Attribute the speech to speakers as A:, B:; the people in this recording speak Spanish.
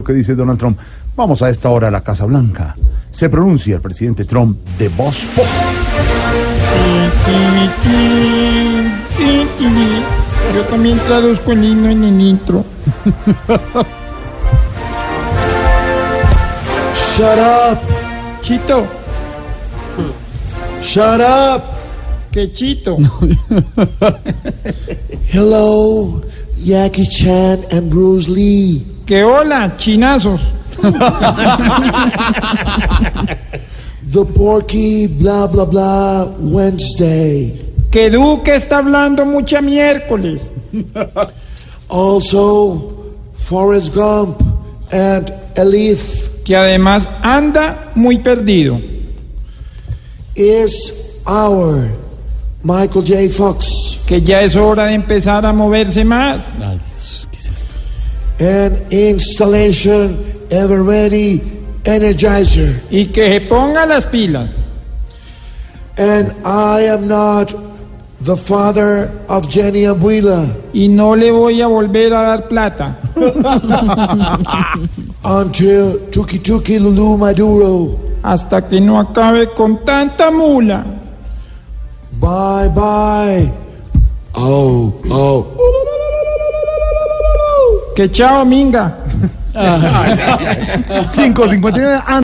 A: Lo que dice Donald Trump. Vamos a esta hora a la Casa Blanca. Se pronuncia el presidente Trump de voz pop-
B: Yo también traduzco el himno en el intro.
A: Shut up,
B: Chito,
A: shut up.
B: que chito.
C: Hello, Jackie Chan and Bruce Lee.
B: Que hola, chinazos.
C: The Porky blah blah blah Wednesday.
B: Que Duque está hablando mucha miércoles.
C: Also, Forrest Gump and Elif
B: Que además anda muy perdido.
C: is our Michael J. Fox
B: Que ya es hora de empezar a moverse más.
C: and installation ever ready energizer.
B: Y que se ponga las pilas.
C: And I am not the father of Jenny Abuela
B: Y no le voy a volver a dar plata.
C: until Tuki Tuki Lulu Maduro.
B: Hasta que no acabe con tanta mula.
C: Bye bye. Oh, oh.
B: Que chao, minga.
A: 5.59.